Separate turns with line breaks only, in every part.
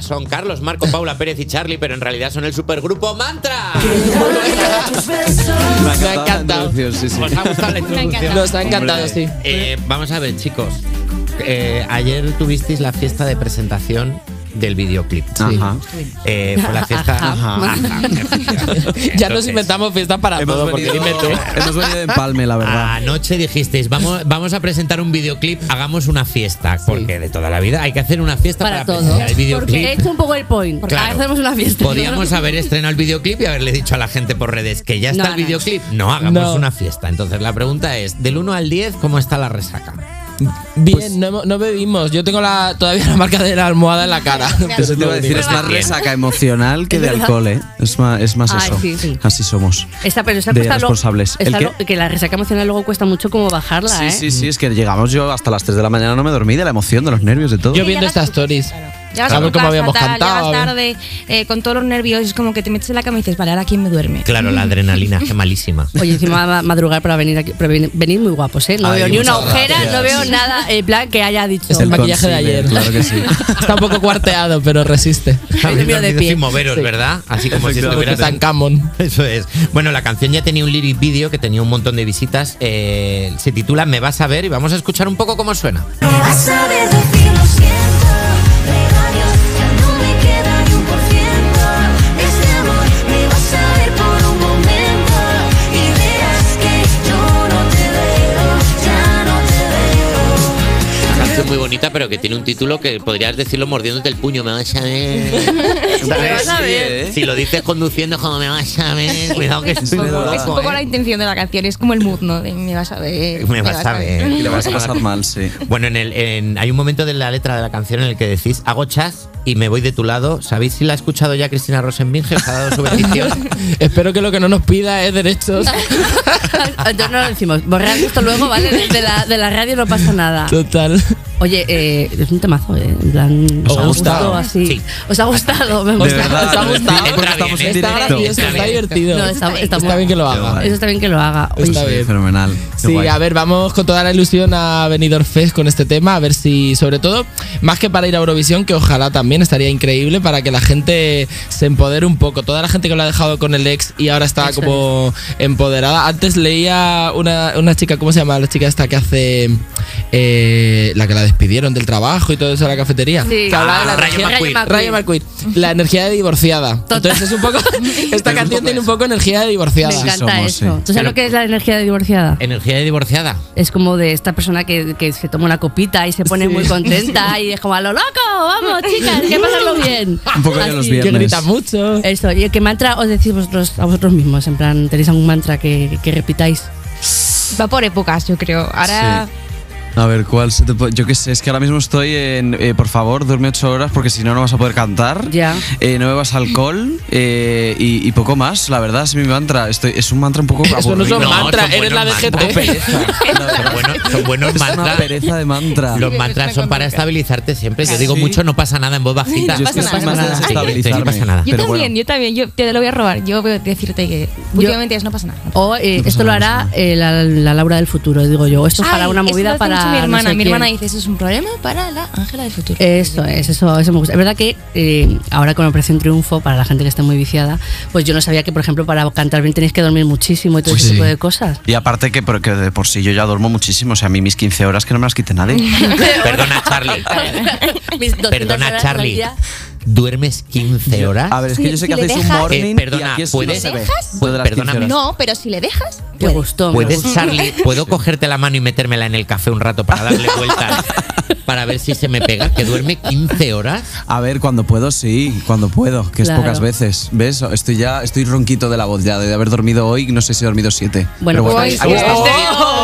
Son Carlos, Marco, Paula, Pérez y Charlie, pero en realidad son el supergrupo Mantra.
Me ha encantado.
Me ha encantado.
la introducción, sí, sí.
¿Os ha gustado la introducción?
Nos ha encantado, sí.
Eh, vamos a ver, chicos. Eh, ayer tuvisteis la fiesta de presentación del videoclip.
Ajá.
Eh, fue la fiesta.
Ya nos
Entonces,
inventamos fiestas para todo,
Hemos
porque Ah,
venido,
dime tú.
hemos venido de empalme, la verdad.
Anoche dijisteis, vamos, vamos a presentar un videoclip, hagamos una fiesta, porque de toda la vida hay que hacer una fiesta para,
Para todo.
presentar el
Porque
videoclip.
es un poco el point. Porque
Claro.
hacemos una fiesta.
Podíamos haber estrenado el videoclip y haberle dicho a la gente por redes que ya está
No,
el
no, no.
videoclip. No, hagamos
No.
una fiesta. Entonces la pregunta es, del 1 al 10, ¿cómo está la resaca?
pues-
Bien, no, hemo- no bebimos. Yo tengo la, todavía la marca de la almohada en la cara.
Eso te iba a decir, es más
Bien.
resaca emocional que de
¿Verdad?
alcohol, ¿eh? Es más, es más
Ay,
eso.
sí, sí.
Así somos.
Esta, pero esta
De
cuesta luego-
responsables.
esta
¿El
lo-
qué?
que la resaca emocional luego cuesta mucho como bajarla,
Sí,
¿eh?
sí, sí, es que llegamos yo hasta las 3 de la mañana, no me dormí de la emoción, de los nervios, de todo.
Yo viendo estas stories.
Llegas
A
a
ver
tu
cómo
casa,
habíamos
tal,
cantado.
llegas
a ver.
tarde, eh, con todos los nervios, es como que te metes en la cama y dices, vale, ahora quién me duerme.
Claro, la adrenalina es malísima.
Oye, encima ma- madrugar para venir aquí. Pero ven- venid muy guapos, ¿eh? No
Ay,
veo ni una
muchas
ojera,
gracias.
no veo nada en plan que haya dicho.
Es el maquillaje de
concealer,
ayer.
Claro que sí.
Está un poco cuarteado, pero resiste.
Habéis
mío de
dormido
pie.
sin moveros, ¿verdad? Así como si
Porque
estuvieras
tan camón.
Eso es. Bueno, la canción ya tenía un lyric video que tenía un montón de visitas. Eh, se titula Me vas a ver y vamos a escuchar un poco cómo suena.
Me vas a ver decir lo siento, regalos, ya no me queda ni un por ciento. De este amor me vas a ver por un momento y verás que yo no te veo, ya no te veo.
Una canción muy bonita, pero que tiene un título que podrías decirlo mordiéndote el puño. Me vas a ver.
Me vas a
eh.
ver.
Si lo dices conduciendo, es como me vas a ver. Cuidado que estoy
Es
loco,
verdad.
es un poco
¿eh?
la intención de la canción, es como el mood, ¿no? De me vas a ver.
Me vas a
Y le
ver.
vas a pasar mal, sí.
Bueno, en el, en- hay un momento de la letra de la canción en el que decís hago chas y me voy de tu lado. ¿Sabéis si la ha escuchado ya Cristina Rosenbinge? ¿Os ha dado su bendición?
Espero que lo que no nos pida es derechos.
Entonces no lo decimos. Borrar esto luego, ¿vale? De la, de la radio no pasa nada.
Total.
Oye, eh, es un temazo, ¿eh? En plan,
¿Os ha
un
gustado?
gusto Así.
Sí.
¿Os ha gustado? Me
De
gusta.
verdad,
¿Os ha gustado?
decimos porque estamos en
Está
directo.
gracioso, está divertido.
No, está- está muy-
bien que lo
Qué
haga.
guay.
Eso está bien que lo haga. Oye,
Está
Sí,
bien.
fenomenal. Qué
Sí,
guay.
a ver, vamos con toda la ilusión a Benidorm Fest con este tema, a ver si, sobre todo, más que para ir a Eurovisión, que ojalá también estaría increíble para que la gente se empodere un poco. Toda la gente que lo ha dejado con el ex y ahora está
Eso
como empoderada. Antes leía una, una chica, ¿cómo se llama? La chica esta que hace. eh, la que la despidieron del trabajo y todo eso en la cafetería.
Sí.
Que hablaba de la
Ah, Rayo
energía-
McQueen.
Rayo McQueen. La energía de divorciada. Entonces es un poco. Esta canción tiene un poco energía de divorciada.
me encanta
somos, sí.
eso. ¿Tú sabes
Pero-
lo que es la energía de divorciada?
Energía de divorciada.
Es como de esta persona que, que se toma una copita y se pone
Sí.
muy contenta y es como a lo loco, vamos chicas, hay que pasarlo bien.
Un poco de los
Así.
que
viernes.
Ah,
Eh,
grita mucho.
Eso, ¿y qué mantra os decís vosotros a vosotros mismos? En plan, ¿tenéis algún mantra que, que repitáis?
Va por épocas, yo creo. Ahora.
A ver, ¿cuál se te puede...? Yo qué sé, es que ahora mismo estoy en... eh, por favor, duerme ocho horas porque si no, no vas a poder cantar.
Ya.
Eh, no bebas alcohol eh, y, y poco más, la verdad, es mi mantra. Estoy, es un mantra un poco aburrido.
Eso no son
No,
mantras,
son
eres la
buenos
DGT.
mantras. Son buenos, son buenos
es una
mantras.
pereza de mantra.
Los
Sí,
mantras
es una
son para
complica.
estabilizarte siempre. Yo
Claro.
digo
Sí.
mucho, no pasa nada en voz bajita.
yo es que
No pasa
soy
nada,
más de
no pasa nada.
desestabilizarme.
No pasa nada.
Yo
Pero
también,
bueno.
yo también, yo te lo voy a robar. Yo voy a decirte que últimamente es no pasa nada.
O eh, esto lo hará eh, la, la Laura del futuro, digo yo. Esto es para
Ay,
una
eso lo
movida
hace
para.
mucho mi
no sé
hermana, mi
quién. Eh,
hermana dice, eso es un problema para la Ángela del futuro.
Eso es, eso, eso me gusta. Es verdad que eh, ahora con Operación Triunfo, para la gente que esté muy viciada, pues yo no sabía que, por ejemplo, para cantar bien tenéis que dormir muchísimo y todo
Pues
ese
sí.
tipo de cosas.
Y aparte que, porque de por sí yo ya duermo muchísimo, o sea, a mí mis 15 horas que no me las quite nadie.
Perdona, Charlie.
Mis 200
Perdona,
horas al
Charlie.
día.
¿Duermes 15 horas?
A ver, es que yo sé
Si
que
le
hacéis un
dejas-
morning
Eh,
y
perdona,
aquí es
¿puedes?
no se ve.
¿Dejas?
Lo de las 15
Perdóname.
horas.
No, pero si le dejas,
Qué gusto. me
¿Puedes,
gusta.
Charlie, puedo cogerte la mano y metérmela en el café un rato para darle vueltas? para ver si se me pega, que duerme 15 horas.
A ver, cuando puedo, sí, cuando puedo, que es
Claro.
pocas veces. ¿Ves? Estoy ya, estoy ronquito de la voz ya, de haber dormido hoy, no sé si he dormido siete.
Bueno,
Pero
pues-
ahí estamos.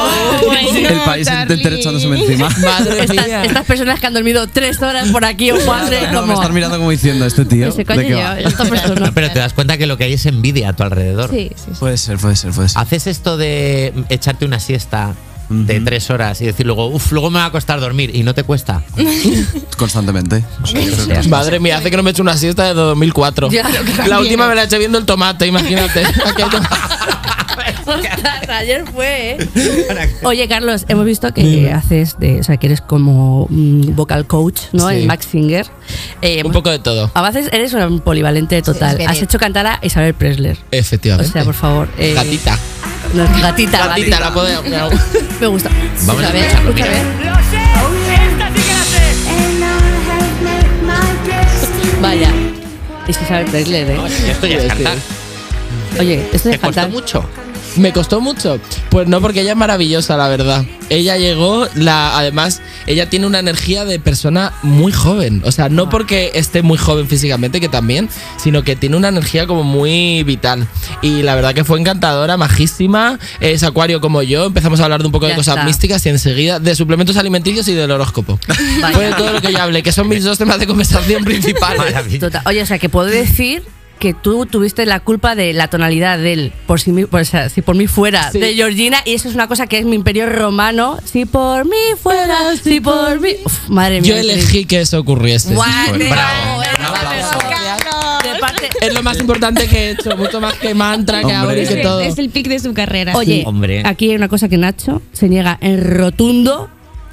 Bueno,
el país entero
Charlie.
echándoseme encima.
Madre
Estas,
mía.
estas personas que han dormido tres horas por aquí o cuatro, es
No, me
como.
están mirando como diciendo este tío.
ese
¿de
coño
qué va?
yo, esta persona.
No, pero te das cuenta que lo que hay es envidia a tu alrededor.
Sí, sí, sí.
Puede ser, puede ser, puede ser.
¿Haces esto de echarte una siesta de
Ujú.
tres horas y decir luego, uff, luego me va a costar dormir y no te cuesta?
Ah.
Constantemente.
Madre mía, hace que no me he hecho una siesta desde 2004.
Ya, lo que
la
también
última
es.
me la eché viendo el tomate, imagínate. Aquello.
Ostras, ayer fue, ¿eh? Oye, Carlos, hemos visto que haces, de, o sea, que eres como mm, vocal coach, ¿no?
Sí.
En Max Singer. Eh,
Un poco de todo.
A veces eres un polivalente total.
Sí, es
Has
que-
hecho cantar a Isabel Presler. O
Efectivamente.
sea, por favor. eh,
Gatita.
no, gatita,
Gatita, la podemos.
Me gusta.
Vamos a
Escúchame,
escucharlo, mira.
escúchame. Vaya. Es que Isabel Presler, ¿eh?
Esto ya es cantar.
Oye, esto de
¿Te costó
cantar.
mucho?
¿Me costó mucho? Pues no, porque ella es maravillosa, la verdad. Ella llegó, la, además, ella tiene una energía de persona muy joven. O sea, no
Ah.
porque esté muy joven físicamente, que también, sino que tiene una energía como muy vital. Y la verdad que fue encantadora, majísima. Es acuario como yo. Empezamos a hablar de un poco de
Ya
cosas
está.
místicas y enseguida de suplementos alimenticios y del horóscopo.
Vaya.
Fue de todo lo que yo hablé, que son mis dos temas de conversación principales.
Maravilla.
Total. Oye, o sea, que puedo decir que tú tuviste la culpa de la tonalidad de él, por si, mi- por- o sea, si por mí fuera,
Sí.
de Georgina, y eso es una cosa que es mi imperio romano. Si por mí fuera, si por mí. Uf, madre mía.
Yo
qué
elegí que eso ocurriese.
Guau,
Pues
te
bravo.
amo, eres la mejor. De parte-
Es lo más importante que he hecho, mucho más que mantra, que
Hombre.
ahora y
Es
que
el-
todo.
es el pic de su carrera.
Oye,
Hombre.
aquí hay una cosa que Nacho se niega en rotundo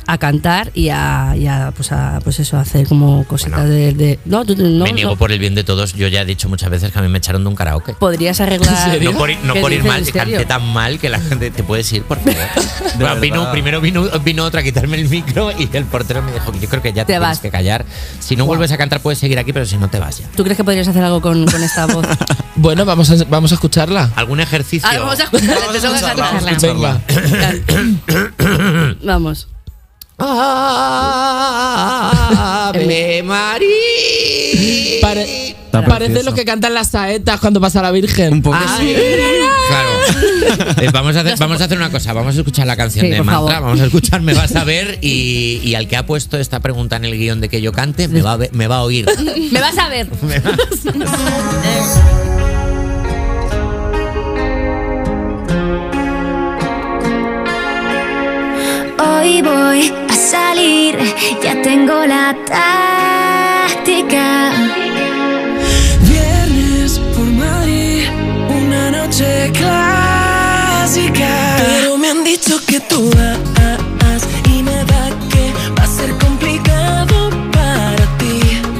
a cantar y a, y a, pues, a pues eso, a hacer como cositas
Bueno.
de, de- No, tú no,
Me niego
no.
por el bien de todos. Yo ya he dicho muchas veces que a mí me echaron de un karaoke.
Podrías arreglar.
¿En serio?
No por ir, no
¿Qué
por ir
dices,
mal,
en
que canté
serio?
tan mal que la gente te puedes ir, por favor. Bueno,
verdad.
vino, primero vino, vino otra a quitarme el micro y el portero me dijo que yo creo que ya te,
Te
tienes
vas.
que callar. Si no vuelves a cantar puedes seguir aquí, pero si no te vas ya.
¿Tú crees que podrías hacer algo con, con esta voz?
Bueno, vamos a, vamos a escucharla.
¿Algún ejercicio?
Ah, vamos a escucharla, te toca cantarla.
Venga.
Vamos. Eh.
Ave María.
Pare- parece
precioso.
los que cantan las saetas cuando pasa la Virgen.
Un poco
Ah,
Ay,
sí.
Claro. Eh, vamos, a hacer, vamos a hacer una cosa. Vamos a escuchar la canción
Sí,
de
por
Mantra.
favor.
Vamos a escuchar Me Vas a Ver. Y, y al que ha puesto esta pregunta en el guión de que yo cante, me va a, ver- me va a oír.
Me vas a ver.
Hoy voy a salir, ya tengo la táctica.
Viernes por Madrid, una noche clásica. Pero me han dicho que tú vas y me da que va a ser complicado para ti.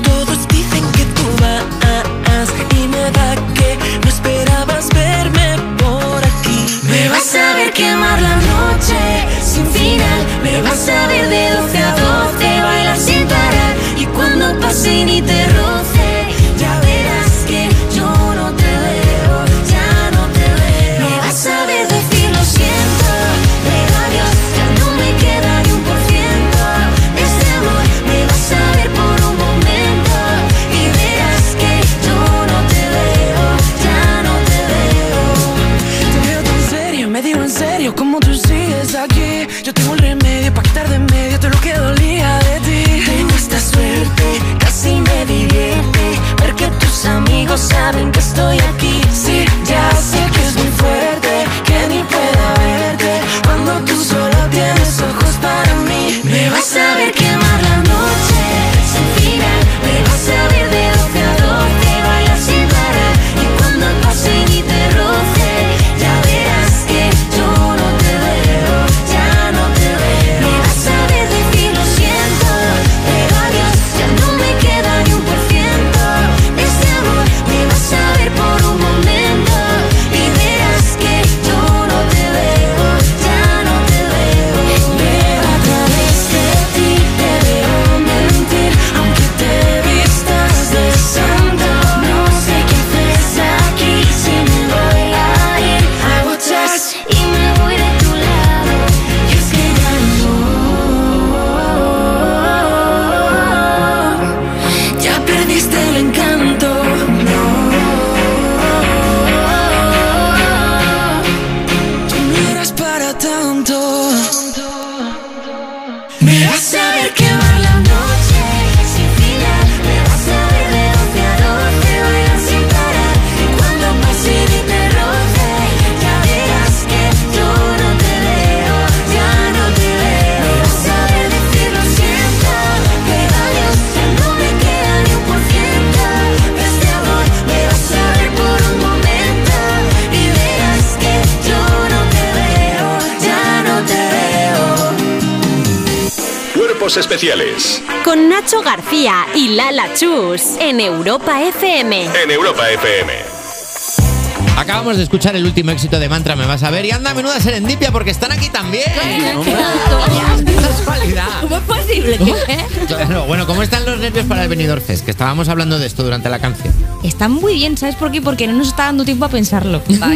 Todos dicen que tú vas y me da que no esperabas verme por aquí. Me vas a ver quemar la noche sin final. Me vas a ver de 12 a 12 bailar sin parar. Y cuando pase ni te roce, ya verás que yo no te veo, ya no te veo. Me vas a ver decir lo siento, pero adiós, ya no me queda ni un por ciento. de Este amor me vas a ver por un momento y verás que yo no te veo, ya no te veo. Te veo tan serio, me digo en serio ¿Cómo tú sigues aquí? Yo tengo el remedio para quitar de en medio todo lo que dolía de ti
Tengo esta suerte, casi me divierte ver que tus amigos saben que estoy aquí.
Sí, ya sé que es muy fuerte Que ni pueda verte Cuando tú solo tienes ojos para mí
Me vas a ver quemar la noche sin final. Me vas a ver de 12 a 12 bailar sin parar. Y cuando pase y te roce, ya verás que yo no te veo, ya no te veo. Me vas a ver decir lo siento, pero adiós, ya no me queda ni un por ciento. de Este amor me vas a ver por un momento y verás que yo no te veo, ya no te veo.
Pero a través de ti te veo mentir Aunque te vistas de santo
No sé qué haces aquí, si me voy a ir Hago chas y me voy de tu lado Y es que ya no
Ya perdiste el encanto Tú no eras para tanto
Me vas a ver quemar la noche sin final Me vas a ver de 12 a 12 bailar sin parar Y cuando pase y te roce Ya verás que yo no te veo, ya no te veo Me vas a ver decir lo siento Pero adiós, ya no me queda ni un por ciento Este
Cuerpos especiales
Con Nacho García y Lala Chus en Europa FM.
en Europa FM.
Acabamos de escuchar el último éxito de Mantra, me vas a ver. Y anda, menuda serendipia, porque están aquí también.
¿Cómo es posible?
eh?
Claro, bueno, ¿cómo están los nervios para el Benidorm Fest? Que estábamos hablando de esto durante la canción.
Está muy bien, ¿sabes por qué? Porque no nos está dando tiempo a pensarlo.
Claro.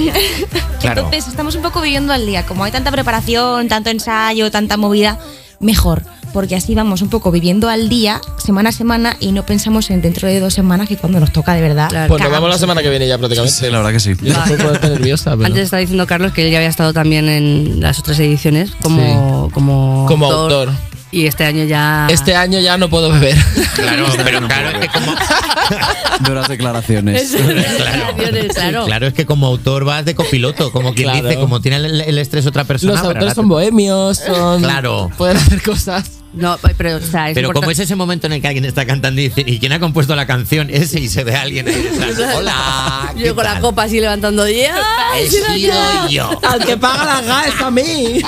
Entonces estamos un poco viviendo al día. Como hay tanta preparación, tanto ensayo, tanta movida, mejor. Porque así vamos un poco viviendo al día, semana a semana, y no pensamos en dentro de dos semanas que cuando nos toca de verdad.
Pues nos
cagamos.
vamos la semana que viene ya prácticamente.
Sí, la verdad que sí.
Yo no puedo estar nerviosa, pero.
Antes estaba diciendo Carlos que él ya había estado también en las otras ediciones como, como,
Como autor.
Y este año ya.
Este año ya no puedo beber.
Claro, pero claro, es que como,
Duras declaraciones.
claro, claro.
claro, es que como autor vas de copiloto, como quien
Claro.
dice, como tiene el, el estrés otra persona.
Los
pero
autores
ahora
son
te-
bohemios, son.
Claro.
Pueden hacer cosas.
No, pero, o sea, es
Pero como
importante-
es ese momento en el que alguien está cantando y dice, ¿y quién ha compuesto la canción? Ese y se ve a alguien ahí detrás. Hola. ¿qué
Yo con la
tal?
copa así levantando días.
He sido yo.
Al que paga las gas a mí.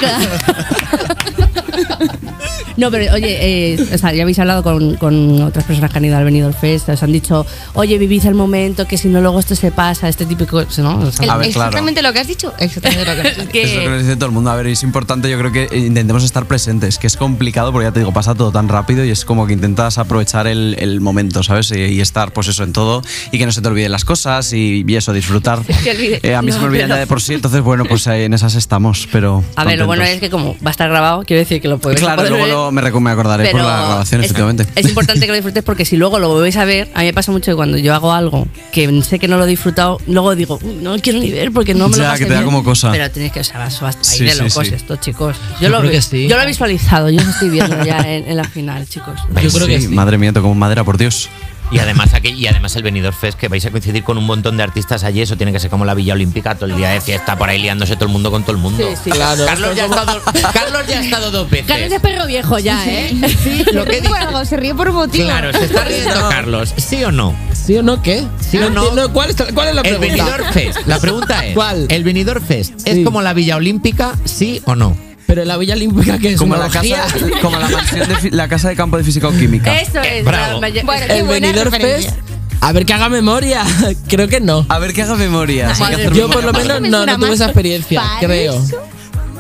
No, pero oye, eh, o sea, ya habéis hablado con, con otras personas que han ido al Benidorm Fest, os han dicho, oye, vivís el momento, que si no luego esto se pasa, este típico, ¿no? O sea,
El-
A ver, claro.
exactamente lo que has dicho. Exactamente lo que has dicho.
Es lo que nos dice todo el mundo. A ver, es importante, yo creo que eh, intentemos estar presentes, que es complicado porque ya te digo, pasa todo tan rápido y es como que intentas aprovechar el, el momento, ¿sabes? Y, y estar, pues eso, en todo y que no se te olviden las cosas y, y eso, disfrutar.
te olvide.
Eh, a mí se me
No,
olvidan
pero-
ya de por sí, entonces, bueno, pues ahí en esas estamos, pero.
a ver, lo bueno es
contentos.
que como va a estar grabado, quiero decir que lo podéis
Claro,
poder
luego
ver,
lo- me, recu- me acordaré por la grabación,
es,
efectivamente.
es importante que lo disfrutes porque si luego lo volvéis a ver, a mí me pasa mucho que cuando yo hago algo que sé que no lo he disfrutado, luego digo, "Uy, no lo quiero ni ver porque no me lo
Ya,
pasé
que te da
bien".
como cosa.
Pero tenéis que, o sea, vas vas a ir
Sí,
de
sí,
locos
sí.
esto, chicos. Yo,
Yo
lo,
creo
vi-
que sí.
yo lo he visualizado, yo os estoy viendo ya en, en la final, chicos.
Yo creo que sí.
Madre mía, como madera, por Dios.
Y además, aquí, y además el Benidorm Fest, que vais a coincidir con un montón de artistas allí, eso tiene que ser como la Villa Olímpica, todo el día de fiesta, por ahí liándose todo el mundo con todo el mundo.
Sí, sí.
Claro.
Carlos, ya ha estado, Carlos ya ha estado dos
Carlos
veces.
es perro viejo ya, ¿eh?
Sí, lo que he dicho-
Bueno, se ríe por un motivo.
Claro, se está riendo Carlos, ¿sí o no?
¿Sí o no qué?
¿Sí
No
o no?
entiendo. ¿Cuál, está- ¿Cuál es la
El
pregunta?
Benidorm Fest, la pregunta es,
¿Cuál?
¿el Benidorm Fest
Sí.
es como la Villa Olímpica, sí o no?
Pero la Villa Olímpica que es
Como
una
la casa,
orgía.
como la mansión de fi- la casa de campo de física o química.
Eso
Eh,
es.
bravo.
la-
Bueno, qué
El
buena
Benidorm Fest.
referencia.
A ver que haga memoria. creo que no.
A ver que haga memoria. así que
madre
hacer
Yo
memoria
por lo
para-
menos
¿Sabes
no, no
una
tuve esa
más
experiencia,
para
creo.
eso?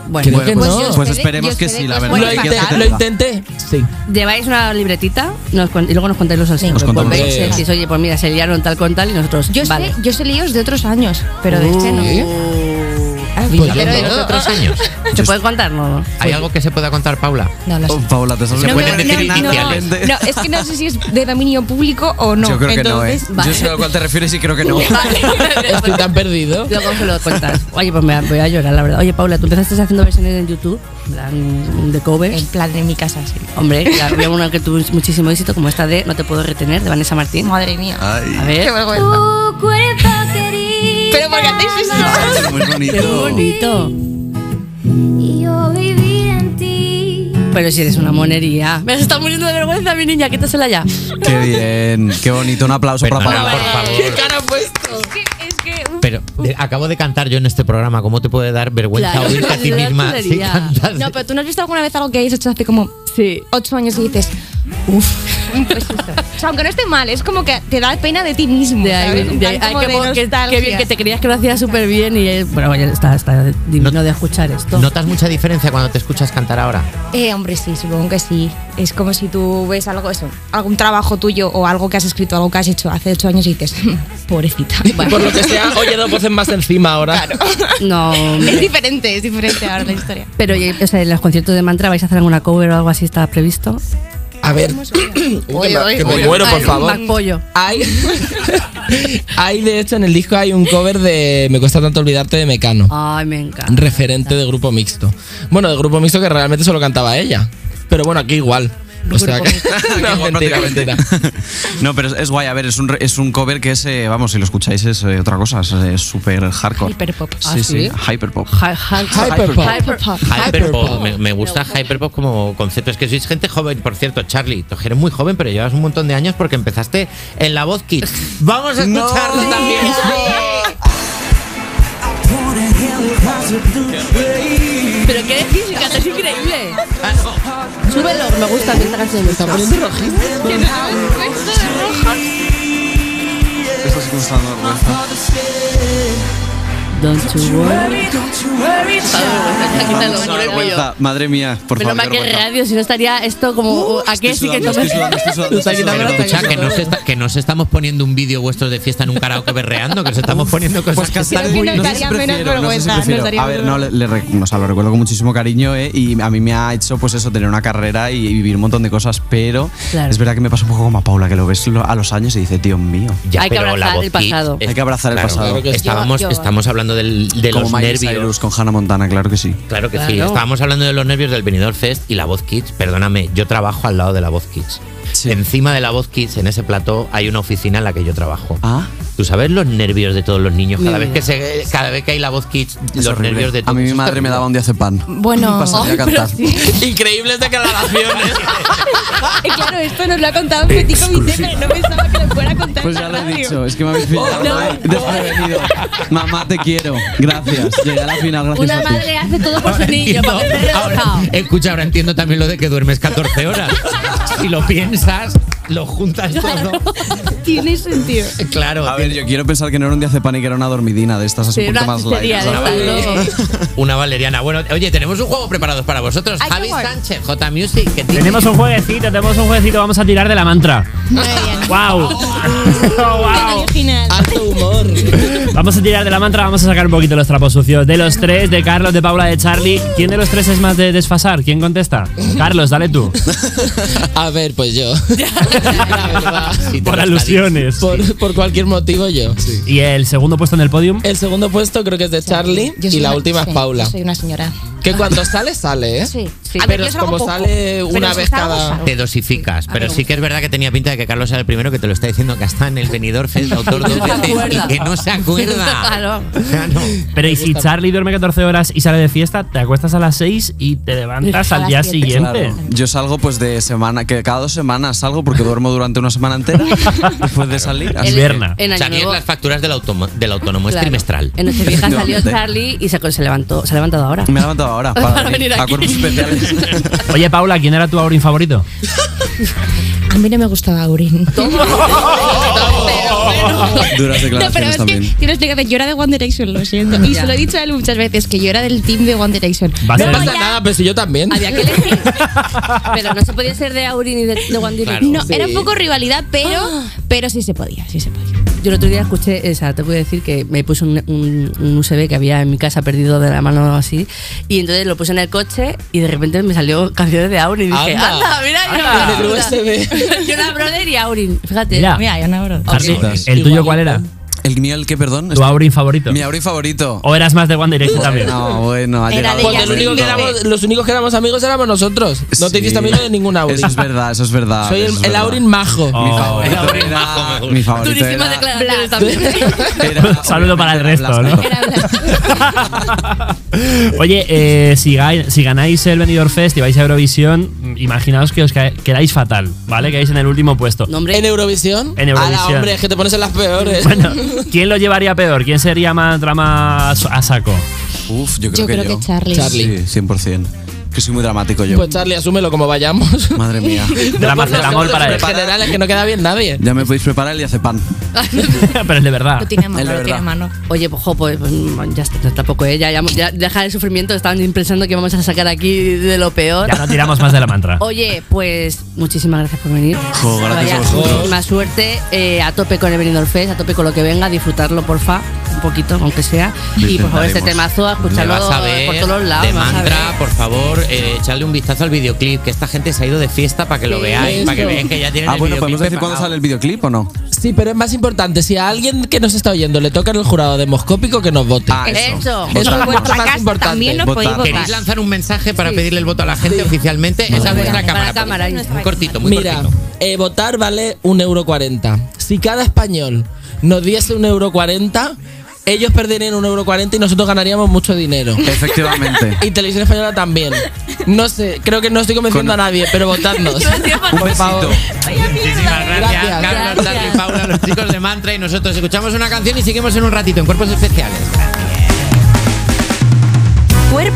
Bueno,
creo que
pues,
no.
pues
Yo
esperemos que
sé
sí, la
que
verdad.
os
lo,
puede
que
intenté,
hace
lo
falta.
intenté, sí.
lleváis una libretita Nos cuen- y luego nos contáis los alcinos.
Os contamos
los alcinos.
Decís, oye, pues mira, se liaron tal con tal y nosotros.
Yo,
vale.
sé, yo sé líos de otros años, pero de este no.
Ah,
Pues yo
pero de
no.
los otros
Tres años.
¿Se puede contar? No, no.
¿Hay algo que se pueda contar, Paula?
No lo sé.
Oh, Paula, te
Se
sabes
pueden
muy
decir
bien.
iniciales.
Realmente.
No, es que no sé si es de dominio público o no.
Yo creo que no, ¿eh?
Entonces,
Yo sé a cuál te refieres y creo que no.
Estoy tan perdido.
Luego se lo cuentas. Oye, pues me voy a llorar, la verdad. Oye, Paula, tú empezaste haciendo versiones en YouTube, en plan, de covers.
En plan, en mi casa, sí.
Hombre, ya había una que tuvo muchísimo éxito, como esta de No te puedo retener, de Vanessa Martín.
Madre mía.
A
Ay,
ver.
Qué vergüenza.
Tu cuerpo querido
Pero ¿por qué hacéis eso?
es muy
Qué
bonito.
bonito.
y yo vivir en ti.
Pero si eres una monería. Me está muriendo de vergüenza, mi niña, quítasela ya.
Qué bien, qué bonito. Un aplauso para
Perdona,
Paula.
por favor.
cara ha puesto?
Es que.
Pero de- acabo de cantar yo en este programa. ¿Cómo te puede dar vergüenza
Claro,
oírte a ti
es una
misma si
chulería.
cantas?
No, pero tú no has visto alguna vez algo que hayas hecho hace como
Sí.
ocho años y dices. Uff. o sea, aunque no esté mal, es como que te da pena de ti mismo.
De ahí,
¿sabes? En
de
plan
ahí, ay,
como
qué,
de
bo- qué-
nostalgia.
qué bien que te creías que lo hacías súper bien y es, bueno, vaya, está, está divino de escuchar esto.
¿Notas mucha diferencia cuando te escuchas cantar ahora?
Eh, hombre, sí, supongo que sí. Es como si tú ves algo, eso, algún trabajo tuyo o algo que has escrito, algo que has hecho hace ocho años y dices, "Mm, pobrecita.
Por lo que sea, oye, dos voces más encima ahora.
No,
Es
hombre.
diferente, es diferente ahora la historia.
pero oye, o sea, en los conciertos de mantra vais a hacer alguna cover o algo así está previsto.
A ver. Uy, que me- que me muero, por
Ay,
favor.
Mac Pollo.
Hay, hay, de hecho, en el disco hay un cover de Me cuesta tanto olvidarte de Mecano.
Ay, me encanta.
referente de grupo mixto. Bueno, de grupo mixto que realmente solo cantaba ella. Pero bueno, aquí igual. O sea que. No,
Igual
mentira,
prácticamente.
mentira.
No, pero es, es guay. A ver, es un, re- es un cover que es, eh, vamos, si lo escucháis es eh, otra cosa, es eh, súper hardcore.
Hiperpop.
Sí,
Ah,
sí,
¿sí?
hyperpop.
Hi- hi-
Hyperpop.
Hyperpop.
Hyperpop.
Hyperpop.
Me, me gusta Hyperpop como concepto. Es que sois gente joven, por cierto, Charlie. Tú eres muy joven, pero llevas un montón de años porque empezaste en la voz Kids. Vamos a escucharlo también.
Put it
Pero qué física, es increíble. Súbelo, me gusta que esta canción. Me está poniendo rojito.
Esto sí que me está dando vergüenza.
Don't you worry.
Me da vergüenza, Madre mía, por
Pero
favor.
más
qué
que
vergüenza.
radio, si no estaría esto como. ¿A qué sí que
Estoy sudando, estoy sudando, estoy sudando, estoy
Pero
sudando.
escucha, que no, se está- que no se estamos poniendo un vídeo vuestro de fiesta en un karaoke berreando, que nos estamos poniendo cosas
Pues
que están
cantar en-
muy-
nos
no sé si
daría menos
prefiero, no sé si
vergüenza, nos
prefiero.
daría
A ver,
menos
no, le, le rec- o sea, lo recuerdo con muchísimo cariño, ¿eh? Y a mí me ha hecho, pues eso, tener una carrera y vivir un montón de cosas, pero
Claro.
es verdad que me pasa un poco como a Paula, que lo ves lo- a los años y dices, Dios mío.
Ya,
Hay que
pero la
abrazar
voz
el pasado.
kit es-
Hay que abrazar el pasado.
Claro que sí.
Estábamos,
Yo- yo-
estamos hablando del, de
Como
los
Miley
nervios.
Cyrus con Hannah Montana, claro que sí.
Claro que sí.
Claro.
Estábamos hablando de los nervios del Benidorm Fest y la voz Kids. Perdóname, yo trabajo al lado de la voz Kids.
Sí.
Encima de la voz Kids, en ese plató, hay una oficina en la que yo trabajo.
Ah,
¿Tú sabes los nervios de todos los niños?
Mi
Cada vez
vida.
que se, eh, cada vez que hay la voz Kids,
es
los
horrible.
nervios de todos.
A mí mi
Eso
madre
está
me daba un día pan.
Bueno.
pasaría a
Ay, pero
cantar.
Increíbles declaraciones.
Eh, claro, esto nos lo ha contado Petit Comité, pero no pensaba que lo fuera a contar.
Pues
en
ya
la
lo he
radio.
dicho, es que me habéis pillado mal, desprevenido. Mamá, te quiero. Gracias. Llegué a la final, gracias
Una
a ti.
madre hace todo por su niño,
entiendo-
para que esté
ahora-
relajado.
escucha, ahora entiendo también lo de que duermes 14 horas. Si lo piensas, lo juntas todo.
Tiene sentido.
Claro.
A ver, yo quiero pensar que no era un día pan y que era una dormidina de estas así
Sí,
un poquito
una
más light.
pizzería de
¿sabes?
estas, ¿no?
Una valeriana. Bueno, oye, tenemos un juego preparado para vosotros.
Ay, qué
Javi
guay.
Sánchez, J Music. que tiene-
Tenemos un jueguecito, tenemos un jueguecito, vamos a tirar de la mantra.
Muy bien.
¡Wow!
Tan
wow.
original.
Alto humor.
Vamos a tirar de la mantra, vamos a sacar un poquito los trapos sucios. De los tres, de Carlos, de Paula, de Charlie. ¿Quién de los tres es más de desfasar? ¿Quién contesta? Carlos, dale tú.
A ver, pues yo. La verdad.
Sí, te
Por
lo está
alusiones.
Por, por cualquier motivo yo.
Y el segundo puesto en el podium.
El segundo puesto creo que es de Charlie
Yo
y
soy
la
una-
última
sí,
es Paula.
yo Soy una señora.
Que cuando sale, sale, ¿eh?
Sí, sí. A ver,
Pero
yo
es
salgo
como
poco.
sale
Pero
una
si
vez
salgo,
cada.
salgo.
Te dosificas, pero sí que es verdad que tenía pinta de que Carlos era el primero que te lo está diciendo que está en el venidor Fest, autor dos
No se
veces,
acuerda.
y que no se acuerda.
Claro.
Claro.
Pero y si Charlie duerme 14 horas y sale de fiesta, te acuestas a las 6 y te levantas
A
al
las
día
siete.
siguiente.
Claro. Yo salgo pues de semana, que cada dos semanas salgo porque duermo durante una semana entera después de salir.
Es
Así-
Berna.
En Año
Charlie es
Nuevo.
las facturas del, automo- del autónomo, es
claro.
trimestral.
En nuestra vieja salió
Efectivamente.
Charlie y se, se levantó. Se ha levantado ahora.
Me he levantado ahora para,
Para venir
a
aquí.
cuerpos especiales.
Oye, Paula, ¿quién era tu Aurin favorito?
A mí no me gustaba Aurin.
Duras
No, pero
declaraciones
es que
también.
quiero explicarte, yo era de One Direction, lo siento. Y se lo he dicho a él muchas veces, que yo era del team de One Direction.
Va a
No
ser-
pasa nada, pero si yo también.
Había que elegir. Pero no se podía ser de Aurin y de, de One Direction.
Claro.
No,
Sí.
era un poco rivalidad, pero, pero sí se podía, sí se podía.
Yo el otro día escuché, o sea, te puedo decir que me puse un, un- un USB que había en mi casa perdido de la mano así, y entonces lo puse en el coche y de repente me salió canciones de Aurin y dije,
Anda.
anda, mira, yo
Anda,
la
el USB.
Yo la brother y Aurin, fíjate.
Mira,
Mira, yo no, bro.
Charlie,
Cositas.
¿el tuyo cuál era?
¿El mío el qué, perdón?
¿Tu Oh, Aurin favorito?
Mi Aurin favorito.
¿O eras más de One Direction también?
No, bueno, ha
Era
llegado
Porque
el
de
el
Justin
único que
momento.
éramos- los únicos que éramos amigos éramos nosotros. No te
Sí.
hiciste amigo de ningún Aurin.
Eso es verdad, eso es verdad.
Soy
eso es
el, el
verdad.
Aurin majo.
Oh.
Mi
El
favorito
Aurin majo me
era.
gusta.
Mi favorito
Durísimas
era.
declaraciones también.
era-
Saludo para el
obviamente era
resto,
Blasco.
¿no? Oye, eh, si, ga- si ganáis el Benidorm Fest y vais a Eurovisión, mm, imaginaos que os cae- quedáis fatal, ¿vale? Quedáis en el último puesto.
No, hombre,
¿En Eurovisión?
En
A
Eurovisión.
la hombre, es que te pones en las peores.
Bueno, ¿quién lo llevaría peor? ¿Quién sería más drama a su- a saco?
Uf, yo creo
Yo
que
creo
yo.
que Charlie.
Charlie.
Sí, 100%. Que soy muy dramático yo.
Pues Charlie, asúmelo como vayamos. pues
Madre mía.
Dramas del amor para él.
En general es que no queda bien nadie.
Ya me podéis preparar el día hace pan.
Pero es de verdad.
Lo tiene a mano,
Es la
lo tiene a
verdad.
mano.
Oye, pues, jo, pues, pues, mm, ya está, ya tampoco, ¿eh? ya, ya, ya deja el sufrimiento, estaban pensando que vamos a sacar aquí de lo peor.
Ya no tiramos más de la mantra.
Oye, pues muchísimas gracias por venir.
Jo, gracias a vosotros.
Muchísima suerte, eh, a tope con el Benidorm Fest, a tope con lo que venga, disfrutarlo, porfa, un poquito, aunque sea.
Lo
Y por favor, este
intentaremos.
temazo, a
Me
escucharlo
vas a ver
por todos lados.
de
me vas a
mantra,
ver.
por favor, eh, echarle un vistazo al videoclip, que esta gente se ha ido de fiesta para que lo
Sí,
veáis, para que
eso.
veáis que ya tienen
Ah,
el
bueno,
videoclip
¿podemos decir cuándo
preparado.
sale el videoclip o no?
Sí, pero es más importante, si a alguien que nos está oyendo le toca en el jurado demoscópico, que nos vote.
Ah,
Eso
Eso.
es lo
Bueno,
mucho más
acá
importante.
También nos podéis
Votar.
¿Queréis
votar.
lanzar un mensaje para pedirle el voto a la gente oficialmente? Esa es
mía.
vuestra
Para
cámara.
la cámara, ahí.
Muy cortito, muy
Mira,
cortito.
eh, votar vale un euro cuarenta. Si cada español nos diese un euro cuarenta, ellos perderían un euro cuarenta y nosotros ganaríamos mucho dinero.
Efectivamente.
Y Televisión Española también. No sé, creo que no estoy convenciendo
Con-
a nadie, pero votadnos.
Un besito.
Muchísimas gracias,
Gracias,
Carlos, Charlie y Paula, los chicos de Mantra y nosotros escuchamos una canción y seguimos en un ratito en Cuerpos Especiales.
cuerpo